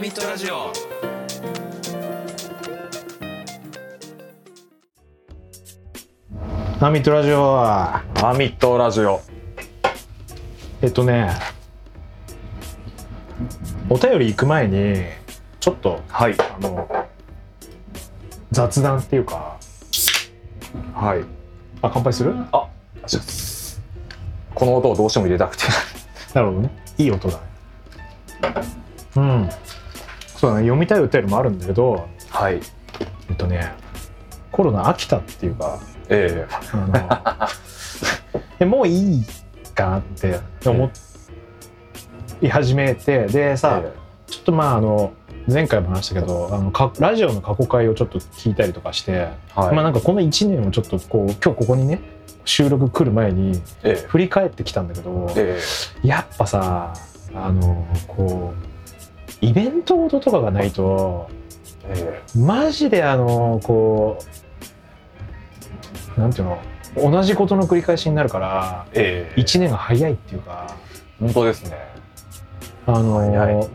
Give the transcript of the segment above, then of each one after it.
ミットラジオアミットラジオはアミットラジオえっとねお便り行く前にちょっとはいあの雑談っていうかはいあ乾杯するあこの音をどうしても入れた くてなるほどねいい音だねうんそうだね読みたいお便りもあるんだけどはいえっとねコロナ飽きたっていうかえあの でもういいかなって思い始めてでえさ、ちょっとまああの前回も話したけどあのかラジオの過去回をちょっと聞いたりとかして、はい、まあなんかこの1年をちょっとこう今日ここにね収録来る前にえ振り返ってきたんだけどええやっぱさあのこうイベントごととかがないとええマジであのこうなんていうの同じことの繰り返しになるからええ1年が早いっていうか本当ですねあの、早い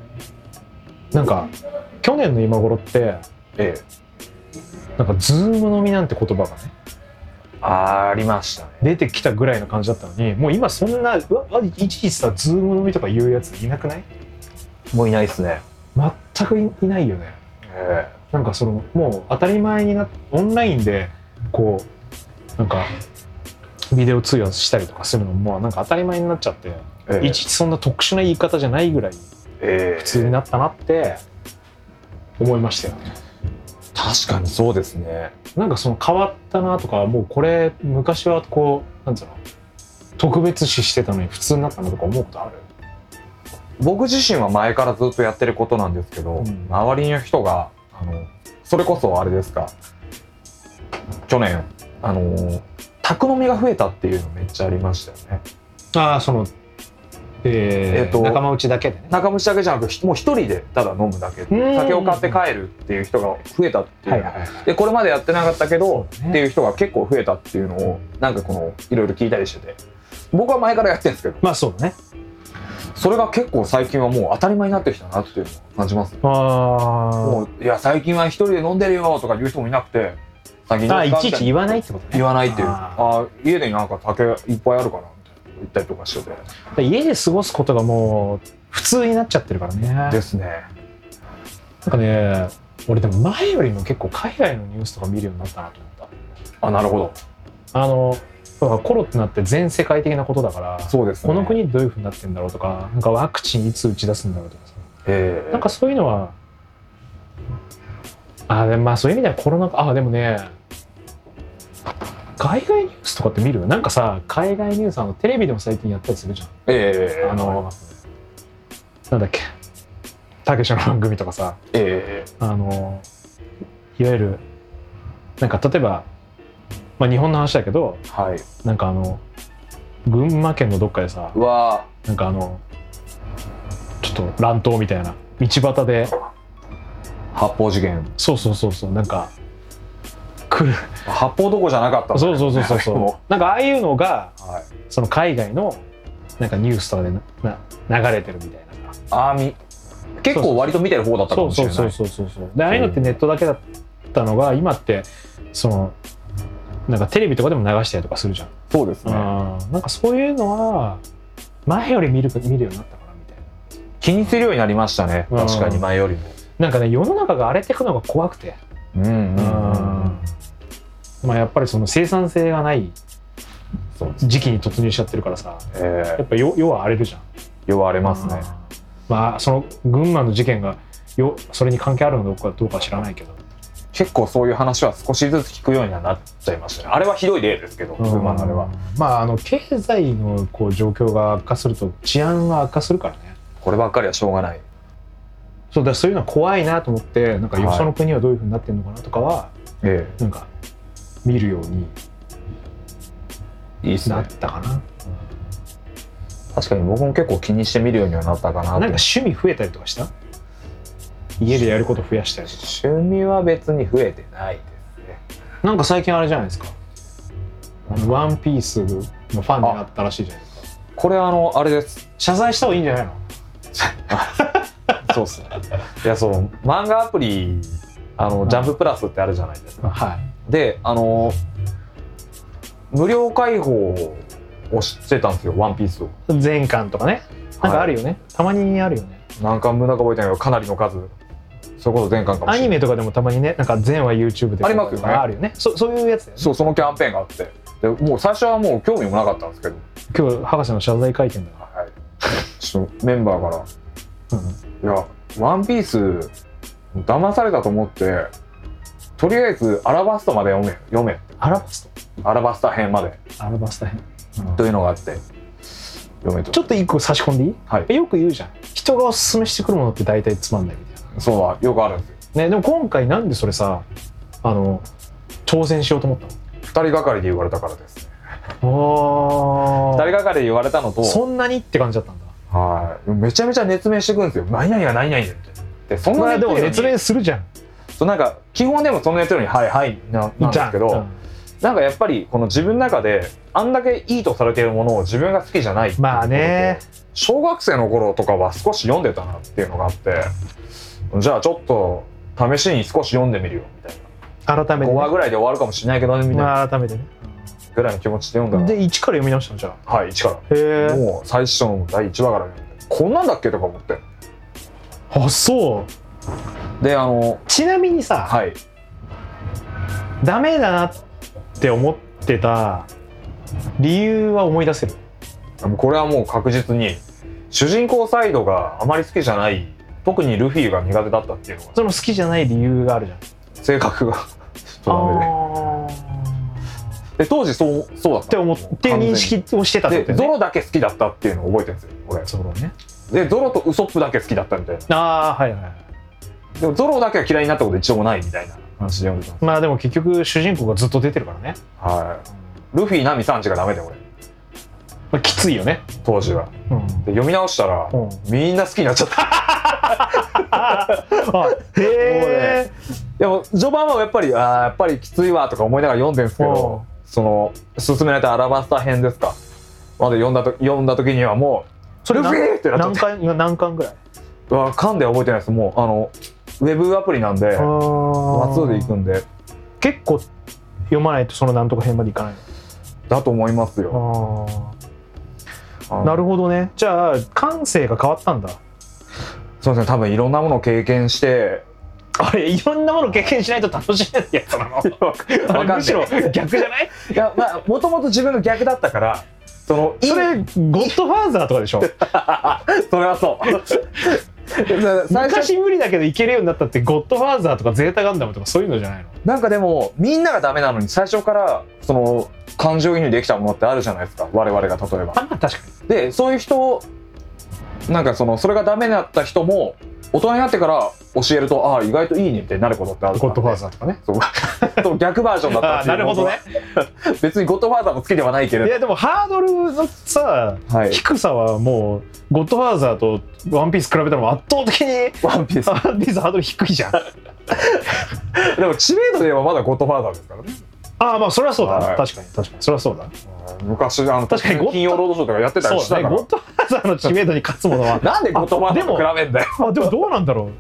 なんか去年の今頃ってええなんかズーム飲みなんて言葉がねありましたね出てきたぐらいの感じだったのにもう今そんなうわいちいちさズーム飲みとか言うやついなくないもういないですね全くいいないよねえなんかそのもう当たり前になっオンラインでこうなんかビデオ通話したりとかするのもなんか当たり前になっちゃって、ええいちいちそんな特殊な言い方じゃないぐらい普ええ通になったなって思いましたよね確かにそうですねなんかその変わったなとかもうこれ昔はこうなんつうの特別視してたのに普通になったなとか思うことある僕自身は前からずっとやってることなんですけど、うん周りの人があのそれこそあれですか去年あの宅飲みが増えたっていうのめっちゃありましたよねああそのえーえーと仲間内だけでね中虫だけじゃなくひもう一人でただ飲むだけん酒を買って帰るっていう人が増えたっていう、はいはいはいでこれまでやってなかったけど、そうだねっていう人が結構増えたっていうのをなんかこのいろいろ聞いたりしてて僕は前からやってるんですけどまあそうだねそれが結構最近はもう当たり前になってきたなっていうのを感じますねあもういや最近は一人で飲んでるよとか言う人もいなくて先にあいちいち言わないってことね言わないっていうあああ家でなんか酒いっぱいあるからみたいなこと言ったりとかしててで家で過ごすことがもう普通になっちゃってるからねなんですねかね俺でも前よりも結構海外のニュースとか見るようになったなと思っあなるほどたあのだからコロってなって全世界的なことだからそうですねこの国どういうふうになってんだろうとかなんかワクチンいつ打ち出すんだろうとかさええなんかそういうのはあでもまあそういう意味ではコロナ禍あでもね海外ニュースとかって見るなんかさ海外ニュースあのテレビでも最近やったりするじゃんええあの、なんだっけ、たけしの番組とかさ、ええあの、いわゆる、なんか例えば、まあ日本の話だけど、はいなんかあの、群馬県のどっかでさう、わなんかあの、ちょっと乱闘みたいな、道端で、発砲事件そうそうそうそう、なんか、来る、発砲どこじゃなかったんだそうそうそうそうそもう、なんかああいうのが、はい、その海外の、なんかニュースとかでなな流れてるみたいな。あーみ結構割と見てる方だったかそもうしれそうないそうそうそうそうでああいうのってネットだけだったのが今ってそのなんかテレビとかでも流したりとかするじゃん、そうですねあーなんかそういうのは前より見る見るようになったかなみたいな気にするようになりましたねうん確かに前よりもなんかね世の中が荒れてくのが怖くて、うんうんうんまあやっぱりその生産性がないそうですね時期に突入しちゃってるからさえやえっぱよ世は荒れるじゃん言われますねまあその群馬の事件がよそれに関係あるのかどうかは知らないけど結構そういう話は少しずつ聞くようにはなっちゃいましたねあれはひどい例ですけどうん車のあれはまああの経済のこう状況が悪化すると治安が悪化するからねこればっかりはしょうがないそうだからそういうのは怖いなと思ってなんかよはいその国はどういうふうになってるのかなとかはえなんか見るようにえいいっすなねったかな、確かに僕も結構気にして見るようにはなったかななんとか趣味増えたりとかした家でやること増やしたりとか趣味は別に増えてないですねなんか最近あれじゃないですか「あのワンピースのファンになったらしいじゃないですかこれあのあれです謝罪した方がいいんじゃないのそうっすね。いやそう漫画アプリあの、うんジャンププラスってあるじゃないですかはであの無料開放をしてたんですよ「ワンピースをい。全巻とかね。なんかあるよね。たまにあるよね。何巻分だか覚えてないけどかなりの数それこそ全巻かもアしニれないメとかでもたまにね、なんか全話 YouTube でありますよねあるよね。そそういうやつだよね。そうそのキャンペーンがあってでもう最初はもう興味もなかったんですけど、今日博士の謝罪会見だかはい、ちょっとメンバーからら。いや、ワンピース、騙されたと思って、とりあえずアラバスタまで読め、読め。アラバスアラバスタ編まで。タ。アラバスタ編。というのがあって、読めとち。ょっと一個差し込んでいいはい。よく言うじゃん人がおすすめしてくるものって大体つまんないみたいそうは、よくあるんですよ。な、ね、でも今回なんでそれさあの挑戦しようと思った二人がかりで言われたからですね。の二人誰ががかりで言われたのと、そんなにって感じだったんだはい。めちゃめちゃ熱弁してくるんですよ。何々が何々でって。で、そんまなあにでも熱弁弁するじゃんそう、なんか、基本でもその熱量に、はいはい、ななんじでゃんすけど、うんなんかやっぱり、この自分の中で、あんだけいいとされてるものを自分が好きじゃないっていうこととまあね小学生の頃とかは少し読んでたなっていうのがあってじゃあちょっと試しに少し読んでみるよみたい改めなて、 5ね話ぐらいで終わるかもしれないけどねみたいなまあ、改めてねぐらいの気持ちで読んだらで1から読み直したのじゃはい一かあへらえもう最初の第1話から読んでこんなんだっけとか思ってあそうであのちなみにさ、はいダメだなって思ってた理由は思い出せるこれはもう確実に主人公サイドがあまり好きじゃない特にルフィが苦手だったっていうのがその好きじゃない理由があるじゃん性格がちょっとダメあー でで当時そうそうだったって思っていう認識をしてたってことでだゾよねロだけ好きだったっていうのを覚えてるんですよ俺ゾロねでゾロとウソップだけ好きだったみたいなああはいはいはいでもゾロだけは嫌いになったこと一度もないみたいな話で読んでたんでまあでも結局主人公がずっと出てるからね、すはいルフィナミサンチがダメで俺まあ、きついよね当時はうんで読み直したらうんみんな好きになっちゃったああへえでも序盤はやっぱりあーやっぱりきついわとか思いながら読んでるんですけおうどその勧められたアラバスタ編ですかまで読んだと読んだ時にはもうそルれフ何ィってなっちゃっ何巻今何巻ぐらいたうわかんでは覚えてないですもうあのウェブアプリなんであ松尾で行くくんで結構読まないとその何とか編までいかないだと思いますよのあああのなるほどねじゃあ感性が変わったんだそうですね多分いろんなものを経験してあれいろんなもの経験しないと楽しめないやつなの あれむしろ逆じゃないいやまあもともと自分の逆だったからそのそれゴッドファーザーとか でしょそれは そう最初昔無理だけど行けるようになったって「ゴッドファーザー」とか「ゼータガンダム」とかそういうのじゃないのなんかでもみんながダメなのに最初からその感情移入できたものってあるじゃないですか我々が例えばあ確かでそういう人なんかそのそれがダメだった人も大人になってから教えるとああ意外といいねってなることってあるに「ゴッドファーザザー」とかねーと逆バージョンだったっああていなうるほどね別にゴッドファーザーも好きではないけいれやでもハードルのさどはい低さはもう「ゴッドファーザー」と「ワンピース比べたら圧倒的に「 ワンピースワンピースハードル低い じゃんあでも知名度ではまだゴッドファーザーですからねあまあそれはそうだ、はい確かに 確かにそれはそうだ昔あの確かにゴッド金曜ロードショーとかやってたりしそうただかねらゴッドファーザーの知名度に勝つものはなんでゴッドファーザーと比べんだよあでもどうなんだろ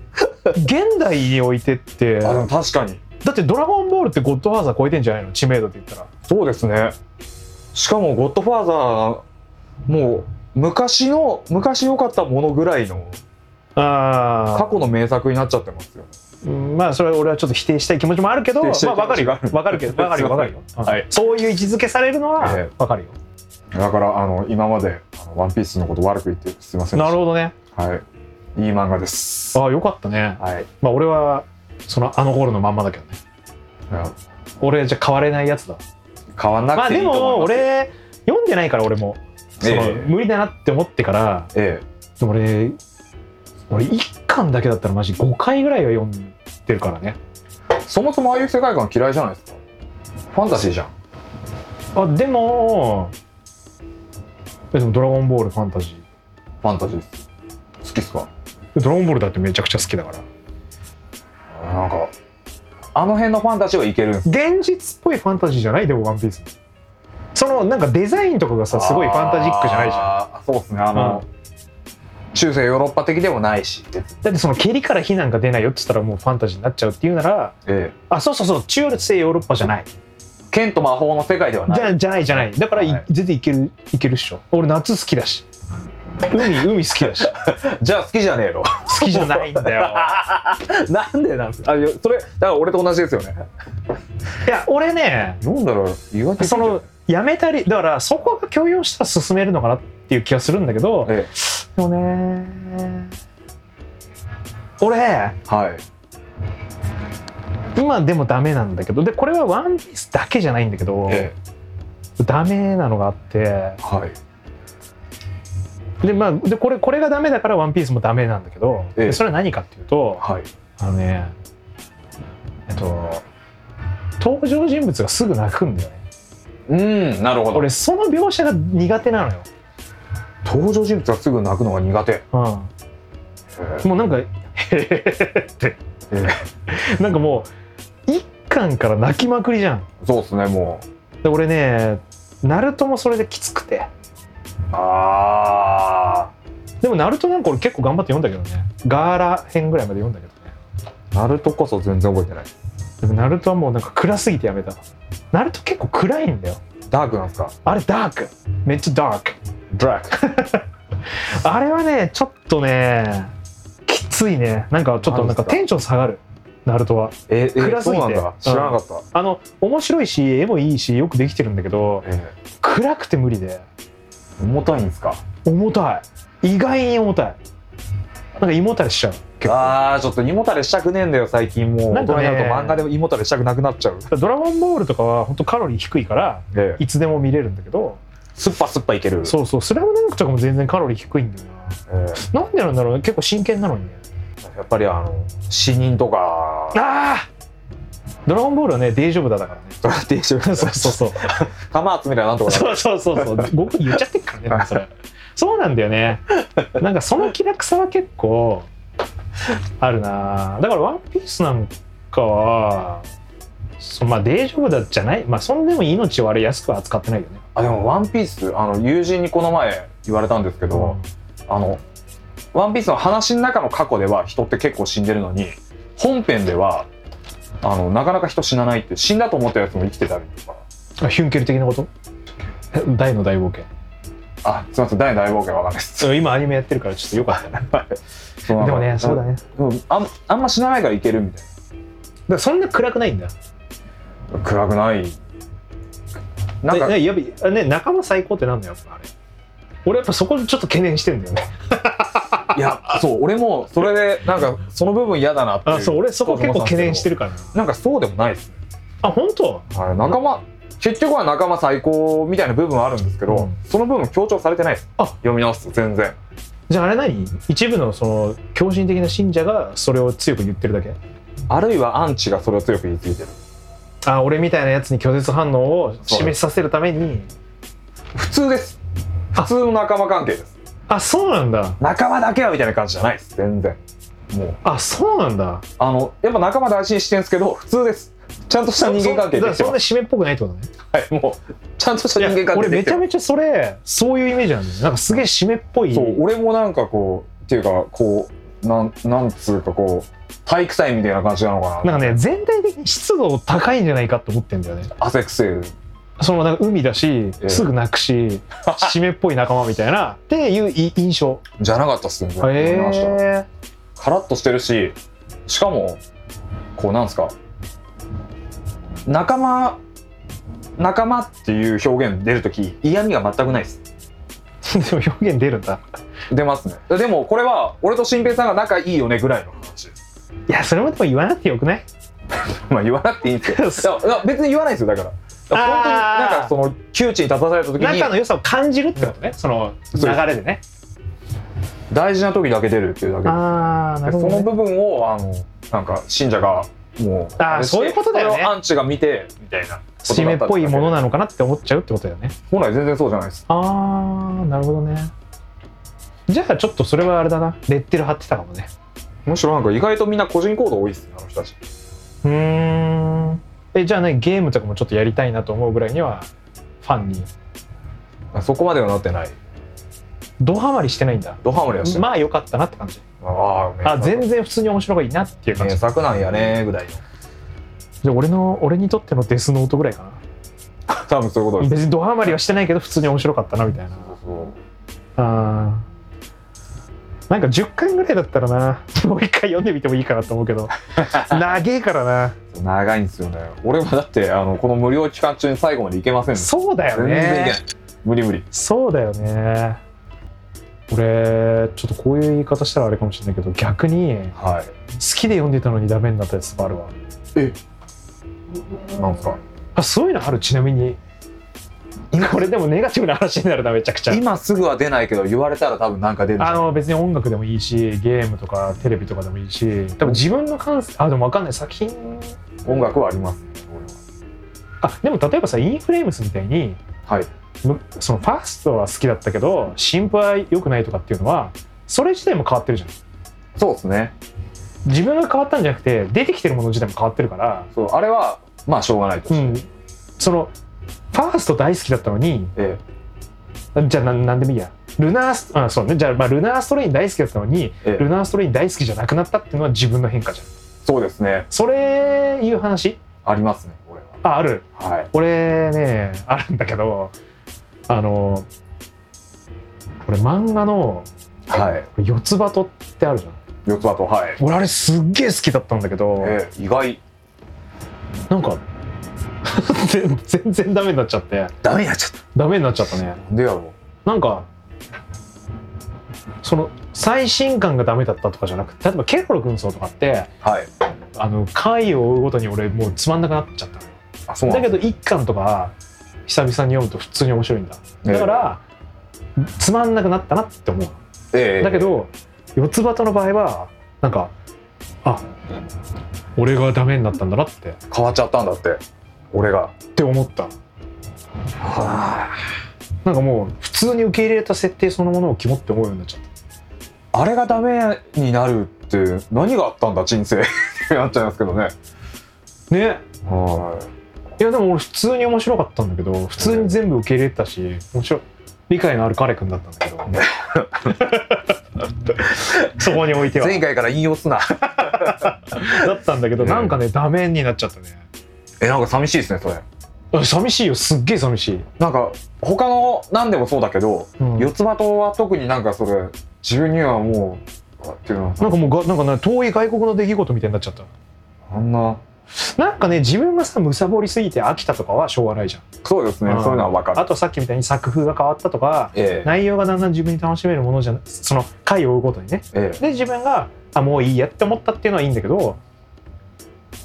う現代においてってあでもだ確かにって「ドラゴンボール」って「ゴッドファーザー」超えてんじゃないの知名度って言ったらそうですねしかもゴッドファーザーもう昔の昔良かったものぐらいのああ過去の名作になっちゃってますようんまあそれは俺はちょっと否定したい気持ちもあるけど、ま否定したあい気わか持ちるよがわかる けどわかるよわかるよ、はいうんそういう位置づけされるのはえわかるよ、だからあの今まであのワンピースのこと悪く言ってすいませんなるほほどねどはいいい漫画ですああよかったねはいいまあ俺はそのあの頃のまんまだけどねや俺じゃ変われないやつだ変わんなまくあていでいとも思いますよ俺読んでないから俺もその、ええ無理だなって思ってからえでも俺俺1巻だけだったらマジ5回ぐらいは読んでるからねえそもそもああいう世界観嫌いじゃないですかファンタジーじゃんあでもえでも「ドラゴンボールファンタジー」ファンタジーです好きっすかドラゴンボールだってめちゃくちゃ好きだからなんかあの辺のファンタジーはいけるんです現実っぽいファンタジーじゃないでもワンピースそのなんかデザインとかがさすごいファンタジックじゃないじゃんゃんそうっすねあの、中世ヨーロッパ的でもないし、だってその蹴りから火なんか出ないよって言ったらもうファンタジーになっちゃうっていうならえあそうそうそう中世ヨーロッパじゃないえ、剣と魔法の世界ではないじゃじゃないじゃないだからい、はい全然いけるいけるっしょ俺夏好きだし海海好きだしじゃあ好きじゃねえの 好きじゃないんだよ なんでなんですかあいやそれだから俺と同じですよねいや俺ねなんだろう言わそのやめたりだからそこが許容したら進めるのかなっていう気がするんだけどえでもね俺えはい今でもダメなんだけどでこれは「ワンピースだけじゃないんだけど、えダメなのがあってえはいで,、まあ、でこれこれがダメだから「ワンピースもダメなんだけど、ええでそれは何かっていうとはいあのねえっと登場人物がすぐ泣くんだよねうんなるほど俺その描写が苦手なのよ、登場人物がすぐ泣くのが苦手へうん、もうなんか「へへへへ」ってええなんかもう一巻から泣きまくりじゃんそうですねもで俺ねナルトもそれできつくてうあでもナルトなんか俺結構頑張って読んだけどねガーラ編ぐらいまで読んだけどねあナルトこそ全然覚えてないでもナルトはもうなんか暗すぎてやめたナルト結構暗いんだよダークなんですかあれダークめっちゃダークドラックあれはねちょっとねきついねなんかちょっとなんかテンション下がるナルトはええ暗すぎてそうなんだ知らなかった、あの面白いし絵もいいしよくできてるんだけどえ暗くて無理でえ重たいんですか重たい意外に重たいなんか胃もたれしちゃう結構あーちょっと胃もたれしたくねえんだよ最近もうなんか大人にねなると漫画でも胃もたれしたくなくなっちゃうドラゴンボールとかは本当カロリー低いからええいつでも見れるんだけどすっぱすっぱいけるそうそうスラムダンクとかも全然カロリー低いんだよえななんでなんだろうね結構真剣なのにねえやっぱりあの死人とかああドラゴンボールはねデージョブだ だからねドラテーショそうンそうそう玉集めりゃなんとかなそうそうそうそうごく言っちゃってっからねでもそれそうなんだよねなんかその気楽さは結構あるなだから「ワンピースなんかはそまあ大丈夫だじゃないまあそんでも命をあれ安くは扱ってないよねあでも「ワンピースあの友人にこの前言われたんですけど、あの「ワンピースの話の中の過去では人って結構死んでるのに本編ではあのなかなか人死なないって死んだと思ったやつも生きてたりとかあヒュンケル的なことえ大の大冒険あすいません大の大冒険わかんないですそう今アニメやってるからちょっとよか ったねででもねそうだねだかあんあんま死なないからいけるみたいらそんな暗くないんだな暗くないなんかねねやべあね仲間最高ってなんだよあれ俺やっぱそこちょっと懸念してんだよねいやそう俺もそれでなんかその部分嫌だなっていうあそう俺そこ結構懸念してるるからなんかそうでもないですあ本当あれ仲間結局は仲間最高みたいな部分はあるんですけど、うんその部分強調されてないですあ読み直すと全然じゃああれ何一部のその狂信的な信者がそれを強く言ってるだけあるいはアンチがそれを強く言い過ぎてるあ俺みたいなやつに拒絶反応を示させるために普通ですあ普通の仲間関係ですあそうなんだ仲間だけはみたいな感じじゃないです全然もうあそうなんだあのやっぱ仲間大事にしてるんですけど普通ですちゃんとした人間関係できてそそんまなす締めっぽくないってことねはいもうちゃんとした人いや間関係俺でめきちてゃまめちゃそれそういうイメージなんだよなんかすげえ締めっぽいすそう俺もなんかこうっていうかこうなんなんつうかこう体育祭みたいな感じなのかななんかね全体的に湿度高いんじゃないかって思ってんだよね汗くせえそのなんか海だしええすぐ泣 くし締めっぽい仲間みたいなっていうい印象じゃなかったっすね全然へ見ましたえカラッとしてるししかもこうなんですか仲間仲間っていう表現出るとき嫌味が全くないです でも表現出るんだ出ますねでもこれは俺と新平さんが仲いいよねぐらいの話ですいやそれもでも言わなくてよくない まあ言わなくていいんですけど そだから別に言わないですよだからだから本当にあーなんかその窮地に立たされた時仲にの良さを感じるってことね、その流そうれでね。大事な時だけ出るっていうだけああ、なでるほそど、のね。部分をあのなんか信者がもうあーれしてそういうことだよねそれをアンチが見てみたいなことだた締めっぽいものだけなのかなって思っちゃうってことだよね。で本来全然そうじゃないですああ、なるほどね。じゃあちょっとそれはあれだな。レッテル貼ってたかもね。むしろなんか意外とみんな個人行動多いっすねあの人たちうーん。え、じゃあね、ゲームとかもちょっとやりたいなと思うぐらいには、ファンに。そこまではなってないドハマりしてないんだドハマりはしてないまあ良かったなって感じあああ全然普通に面白がいいなっていう感じ名作なんやねぐらいので俺の俺にとってのデスノートぐらいかな多分そういうことです別にドハマりはしてないけど普通に面白かったなみたいなあーなんか10巻ぐらいだったらな もう一回読んでみてもいいかなと思う けど長えからなそう長いんですよね俺はだってあのこの無料期間中に最後まで行けませんそうだよ全然いけなねい無理無理そうだよね俺ちょっとこういう言い方したらあれかもしれないけど逆に好はいきで読んでたのにダメになったやつもあるわなんですかあそういうのあるちなみに今これでもネガティブな話になるなめちゃくちゃ今すぐは出ないけど言われたら多分なんか出るんじゃあないの別に音楽でもいいしゲームとかテレビとかでもいいし多分自分の感性あでも分かんない作品音楽はありますねあでも例えばさインフレームスみたいに俺ははいむそのファーストは好きだったけど新譜は良くないとかっていうのはそれ自体も変わってるじゃんそうですね自分が変わったんじゃなくて出てきてるもの自体も変わってるから、そうあれはまあしょうがないとしうて、ん、そのファースト大好きだったのにえじゃあななんでもいいやルナースあそうねじゃあ、まあ、ルナーストレイン大好きだったのにえええルナーストレイン大好きじゃなくなったっていうのは自分の変化じゃんそうですねそれいう話ありますね俺ああるははい俺ねあるんだけどあの俺漫画のはい「四つ葉と」ってあるじゃん四つ葉とはい俺あれすっげえ好きだったんだけど、ええ意外なんか 全全然ダメになっちゃってダメやっちゃっダメになっちゃったねたなんでやろなんかその最新感がダメだったとかじゃなくて例えばケロロ軍曹とかってうはいあの回を追うごとに俺もうつまんなくなっちゃったのあそうなだんけだど一巻とか久々に読むと普通に面白いんだだから、つまんなくなったなって思うええだけど四つ葉との場合はなんかあ俺がダメになったんだなってっ変わっちゃったんだって俺がて思ったあなんかもう普通に受け入れた設定そのものを肝って思うようになっちゃっれがダメになるって何があったんだ人生 ってなっちゃいますけどねたねはいやでも俺普通に面白かったんだけど普通に全部受け入れてたし面白い理解のある彼君だったんだけどそこにおいていは前回から引用す なだったんだけどうんなんかねダメになっちゃったねえなんか寂しいですねそれあ寂しいよすっげえ寂しい、なんか他の何でもそうだけど、うん四つ葉とは特になんかそれ自分にはもうっていうのはなんかもうがなんかね遠い外国の出来事みたいになっちゃったあんななんかね自分がさむさぼりすぎて飽きたとかはしょうがないじゃんそうですね、うんそういうのはわかるあとさっきみたいに作風が変わったとかええ内容がだんだん自分に楽しめるものじゃなその回を追うごとにねええで自分があもういいやって思ったっていうのはいいんだけど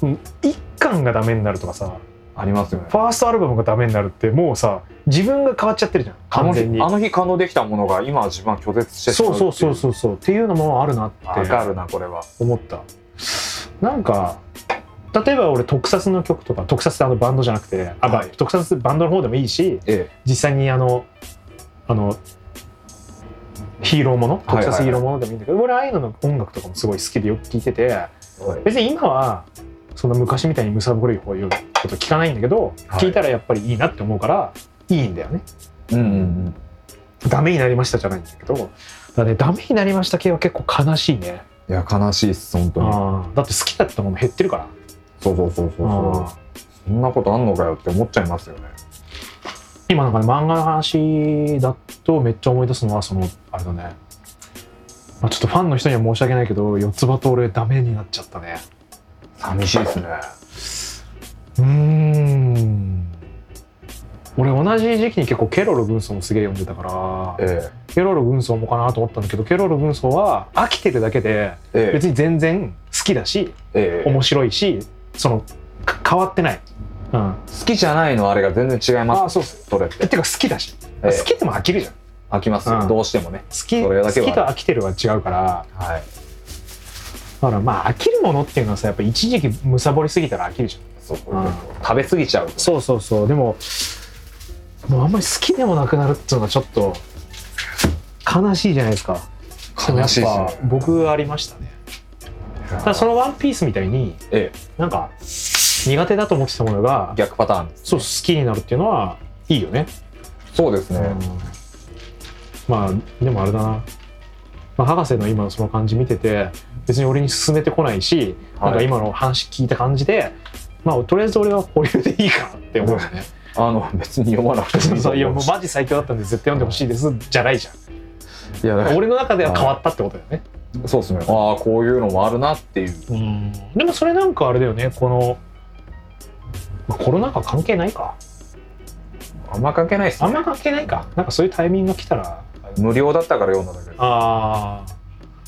うん一巻がダメになるとかさありますよねファーストアルバムがダメになるってもうさ自分が変わっちゃってるじゃんあの完日全にあの日可能できたものが今は自分は拒絶してしまそううそうそううそうそうっていうのもあるなってわかるなこれは思ったなんか例えば俺特撮の曲とか特撮ってあのバンドじゃなくてあ、はい特撮バンドの方でもいいしえ実際にあのあのヒーローものはいはい特はい撮ヒーローものでもいいんだけど、俺ああいうのの音楽とかもすごい好きでよく聴いててえはい別に今はそんな昔みたいにむさぼるい方を言うこと聞かないんだけど、はい聞いたらやっぱりいいなって思うからいいんだよねうんうんダメになりましたじゃないんだけどだからねダメになりました系は結構悲しいねうんいや悲しいっす本当にあーだって好きだったもの減ってるからそうそうそうそうあそーうそんなことあんのかよって思っちゃいますよね今なんかね漫画の話だとめっちゃ思い出すのはそのあれだね、まあ、ちょっとファンの人には申し訳ないけど四つ葉と俺ダメになっちゃったね寂しいっすねうーん俺同じ時期に結構ケロロ軍曹もすげえ読んでたからえケロロ軍曹もかなと思ったんだけどケロロ軍曹は飽きてるだけでええ別に全然好きだしえええ面白いしそのか変わってない、うん、好きじゃないのあれが全然違いますあそうっすそれっててか好きだし、ええ好きでも飽きるじゃん好飽きますよ、うんどうしてもねきそれだけ好はきと飽きてるは違うからはいだからまあ飽きるものっていうのはさやっぱ一時期むさぼりすぎたら飽きるじゃんそううん食べ過ぎちゃうそうそうそうでももうあんまり好きでもなくなるっていうのはちょっと悲しいじゃないですかでもやっぱ僕ありましたねただその「ワンピースみたいにええなんか苦手だと思ってたものが逆パターンですそう好きになるっていうのはいいよね、そうですね、うんまあでもあれだな、まあ、博士の今のその感じ見てて別に俺に進めてこないし、なんか今の話聞いた感じでまあとりあえず俺は保留でいいかなって思うんだよね。あの別に読まなくてもいいと そういや思もううしマジ最強だったんで絶対読んでほしいですじゃないじゃいやだかん。俺の中では変わったってことだよね。らそうですねああこういうのもあるなっていううんでもそれなんかあれだよねこの、まあ、コロナ禍関係ないかあんま関係ないっすあんねま関係ないかなんかそういうタイミングが来たら無料だったから読んだだけであー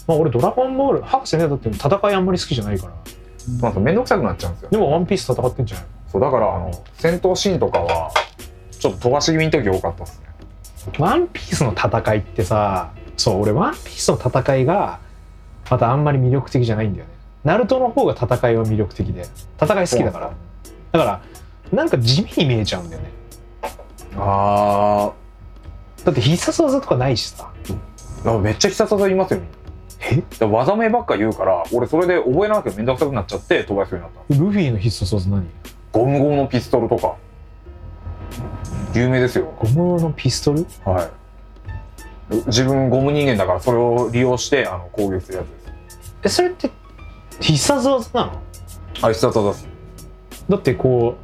まあ俺ドラゴンボール博士ねだって戦いあんまり好きじゃないからなんか面倒くさくなっちゃうんですよでもワンピース戦ってんじゃないそうだからあの戦闘シーンとかはちょっと飛ばし気味の時多かったっすねワンピースの戦いってさそう俺ワンピースの戦いがまたあんまり魅力的じゃないんだよねナルトの方が戦いは魅力的で戦い好きだからだからなんか地味に見えちゃうんだよねあだって必殺技とかないしさあめっちゃ必殺技言いますよみんなえだから技名ばっか言うから俺それで覚えなきゃ面倒くさくなっちゃって飛ばすようになったルフィの必殺技何ゴムゴムのピストルとか有名ですよゴムのピストルはい自分ゴム人間だからそれを利用してあの攻撃するやつでえそれって必殺技なのすあ必殺技ですだってこ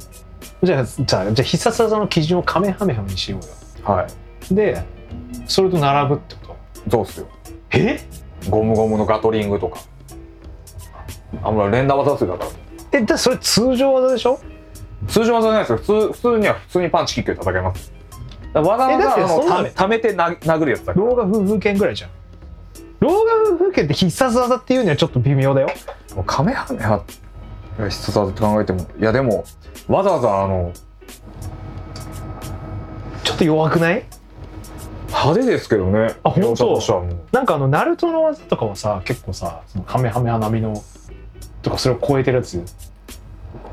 うじゃあじゃあじゃあ必殺技の基準をカメハメハメにしようよはいでそれと並ぶってことそうっすよえゴムゴムのガトリングとかあんまり連打技数だからえだそれ通常技でしょ通常技じゃないですよ普通普通には普通にパンチキックで戦いますだからえ技だってがあのそんなのたためてな殴るやつだから老眼夫婦剣ぐらいじゃん老眼夫婦剣って必殺技っていうにはちょっと微妙だよもうカメハメハ必殺技って考えてもいやでもわざわざあのちょっと弱くない派手ですけどねあ本当描写としてはもうなんかあのナルトの技とかはさ結構さそのカメハメハ並みのとかそれを超えてるやつ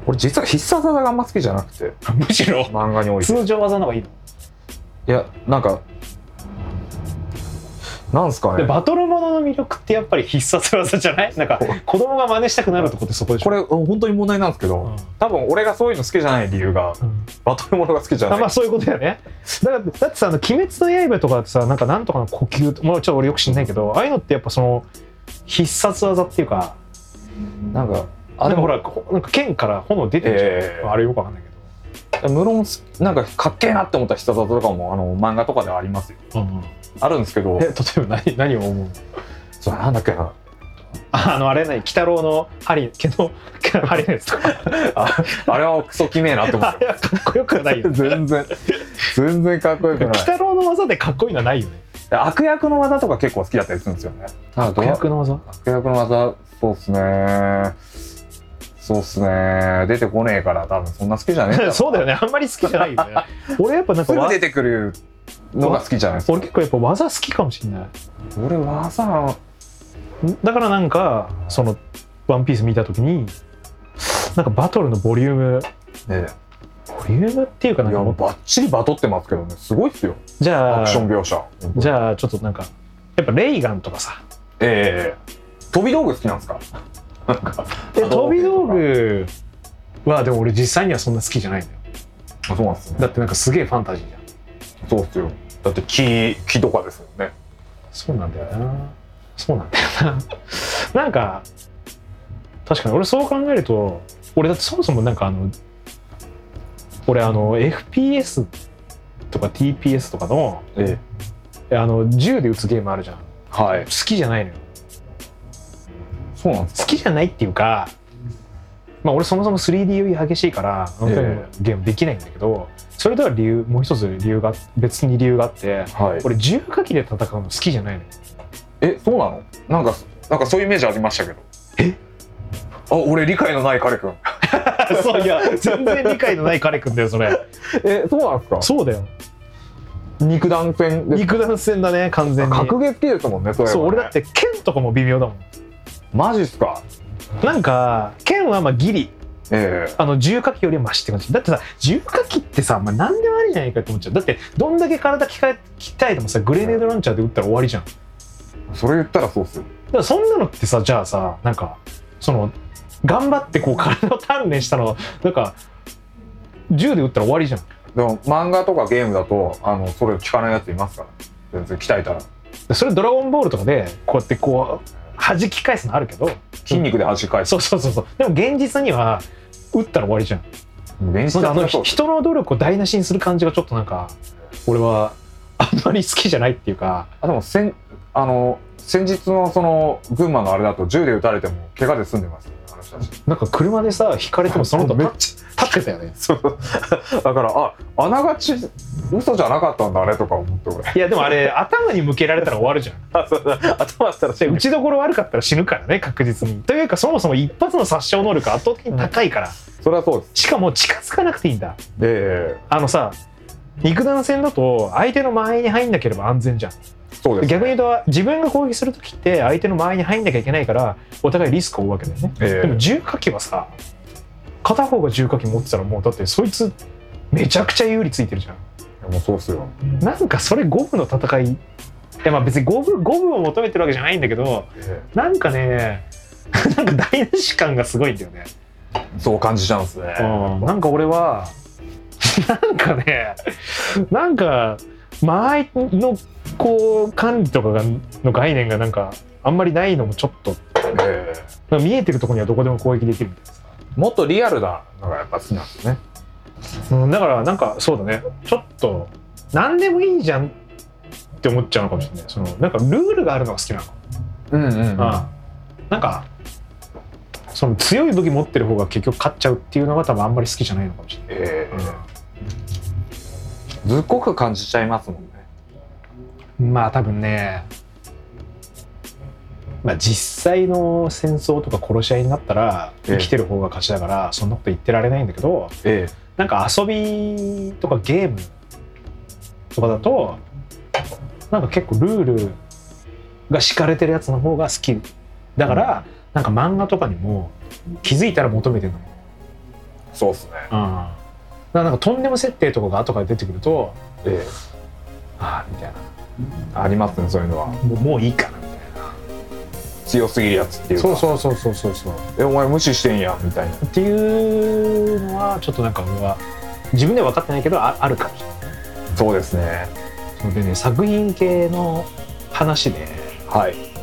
俺実は必殺技があんま好きじゃなくて むしろ漫画において通常技の方がいいのいやなんかなんすかでねバトルものの魅力ってやっぱり必殺技じゃないなんか子供が真似したくなるとこってそこでしょこれ本当に問題なんですけど、うん多分俺がそういうの好きじゃない理由がバトルものが好きじゃあないまあそういうことだよねだからだってさ「あの鬼滅の刃」とかってさなんかなんとかの呼吸ともうちょっと俺よく知んないけどああいうのってやっぱその必殺技っていうかなんかああででももほらこなんか剣から炎出てるじゃん、ええあれよくわかんないけ無論なんかかっけえなって思った必殺技とかもあの漫画とかではありますよど、あるんですけどえ例えば何何を思うそうなんだっけな ああのあれ何鬼太郎の針毛 の毛の針のやつとか あれはクソきめえなって思っあれはかっこよくはないよたね全然全然かっこよく 鬼 ない太郎の技でかっこいいのはないよね悪役の技とか結構好きだったりするんですよねあどう悪の技役の技そうっすねそうっすね出てこねえから多分そんな好きじゃねえんだ ろ そうだよねあんまり好きじゃないよ ね俺やっぱなんすかぐわ出てくるのが好きじゃないです俺か結構やっぱ技好きかもしれない俺技だからなんかその「ワンピース見た時になんかバトルのボリュームねボリュームっていうかいなんやかバもうッチリバトってますけどねすごいっすよじゃアあクション描写じあゃあちょっとなんかやっぱレイガンとかさええ飛び道具好きなんですかなんかであの飛び道具はでも俺実際にはそんな好きじゃないんだよあそうなんですねだってなんかすげえファンタジーじゃんそうっすよだって木木とかですもんねそうなんだよなそうなんだよな なんか確かに俺そう考えると俺だってそもそもなんかあの俺あの FPS とか TPS とかのええあの銃で撃つゲームあるじゃん好はいきじゃないのよそうなんです好きじゃないっていうかまあ俺そもそも 3D 酔い激しいからあの手のえゲームできないんだけど、それとは理由もう一つ理由が別に理由があってはい俺銃火器で戦うの好きじゃないのよえそうなのなんかなんかそういうイメージありましたけどえあ俺理解のない彼くん そういや全然理解のない彼くんだよそれえそうなんですかそうだよ肉弾戦です肉弾戦だね完全に格ゲー好きですもんねそれ、ね、そう俺だって剣とかも微妙だもんマジっすかなんか剣はまあギリええあの重火器よりはマシって感じだってさ重火器ってさ、まあ、何でもありじゃないかって思っちゃうだってどんだけ体鍛え鍛えてもさグレネードランチャーで撃ったら終わりじゃんだかそれ言ったらそうっすよらそんなのってさじゃあさなんかその頑張ってこう体を鍛錬したのなんか銃で撃ったら終わりじゃんでも漫画とかゲームだとあのそれ聞かないやついますから全然鍛えたらそれドラゴンボールとかでこうやってこう弾き返すのあるけど筋肉で弾き返すそうそうそうそうでも現実には打ったら終わりじゃん練習なんかあのそう人の努力を台無しにする感じがちょっとなんか俺はあんまり好きじゃないっていうかあでも先あの先日のその群馬のあれだと銃で撃たれても怪我で済んでますよあの人たちなんか車でさ引かれてもその後めっ 立ちってたよねゃそう だからああながち嘘じゃなかったんだあれとか思って俺いやでもあれ頭に向けられたら終わるじゃん 頭したらで打ちどころ悪かったら死ぬからね確実にというかそもそも一発の殺傷能力圧倒的に高いから、それはそうですしかも近づかなくていいんだえあのさ肉弾戦だと相手の間合いに入んなければ安全じゃんえそうです、逆に言うと自分が攻撃する時って相手の間合いに入んなきゃいけないからお互いリスクを負うわけだよねえでもえ重火器はさ片方が重火器持ってたらもうだってそいつめちゃくちゃ有利ついてるじゃんもうそうっすよなんかそれ五分の戦いいやまあ別に五分五分を求めてるわけじゃないんだけどえなんかね なんか台無し感がすごいんだよね、えそう感じちゃうんですねうん、なんか俺はなんかねなんか間合いのこう管理とかがの概念がなんかあんまりないのもちょっとええなんか見えてるところにはどこでも攻撃できるみたいなさもっとリアルなのがやっぱ好きなんですねうん、だからなんかそうだねちょっと何でもいいじゃんって思っちゃうのかもしれないそのなんかルールがあるのが好きなの、うんうんああなんかその強い武器持ってる方が結局勝っちゃうっていうのが多分あんまり好きじゃないのかもしえれえない、ずっこく感じちゃいますもんねうんまあ多分ねまあ実際の戦争とか殺し合いになったらえ生えきてる方が勝ちだからそんなこと言ってられないんだけど、えなんか遊びとかゲームとかだとなんか結構ルールが敷かれてるやつの方が好きだから、なんか漫画とかにも気づいたら求めてるの、うん、えそうっすねだからなんかとんでも設定とかが後から出てくるとえああみたいえありますねそういうのはなもうもういいかなみたい強すぎるやつっていなうかそうそうそうそうそうえお前無視してんやみたいなっていうのはちょっとなんか俺は自分では分かってないけどああるかもしれないそうですねそうでね作品系の話で、はい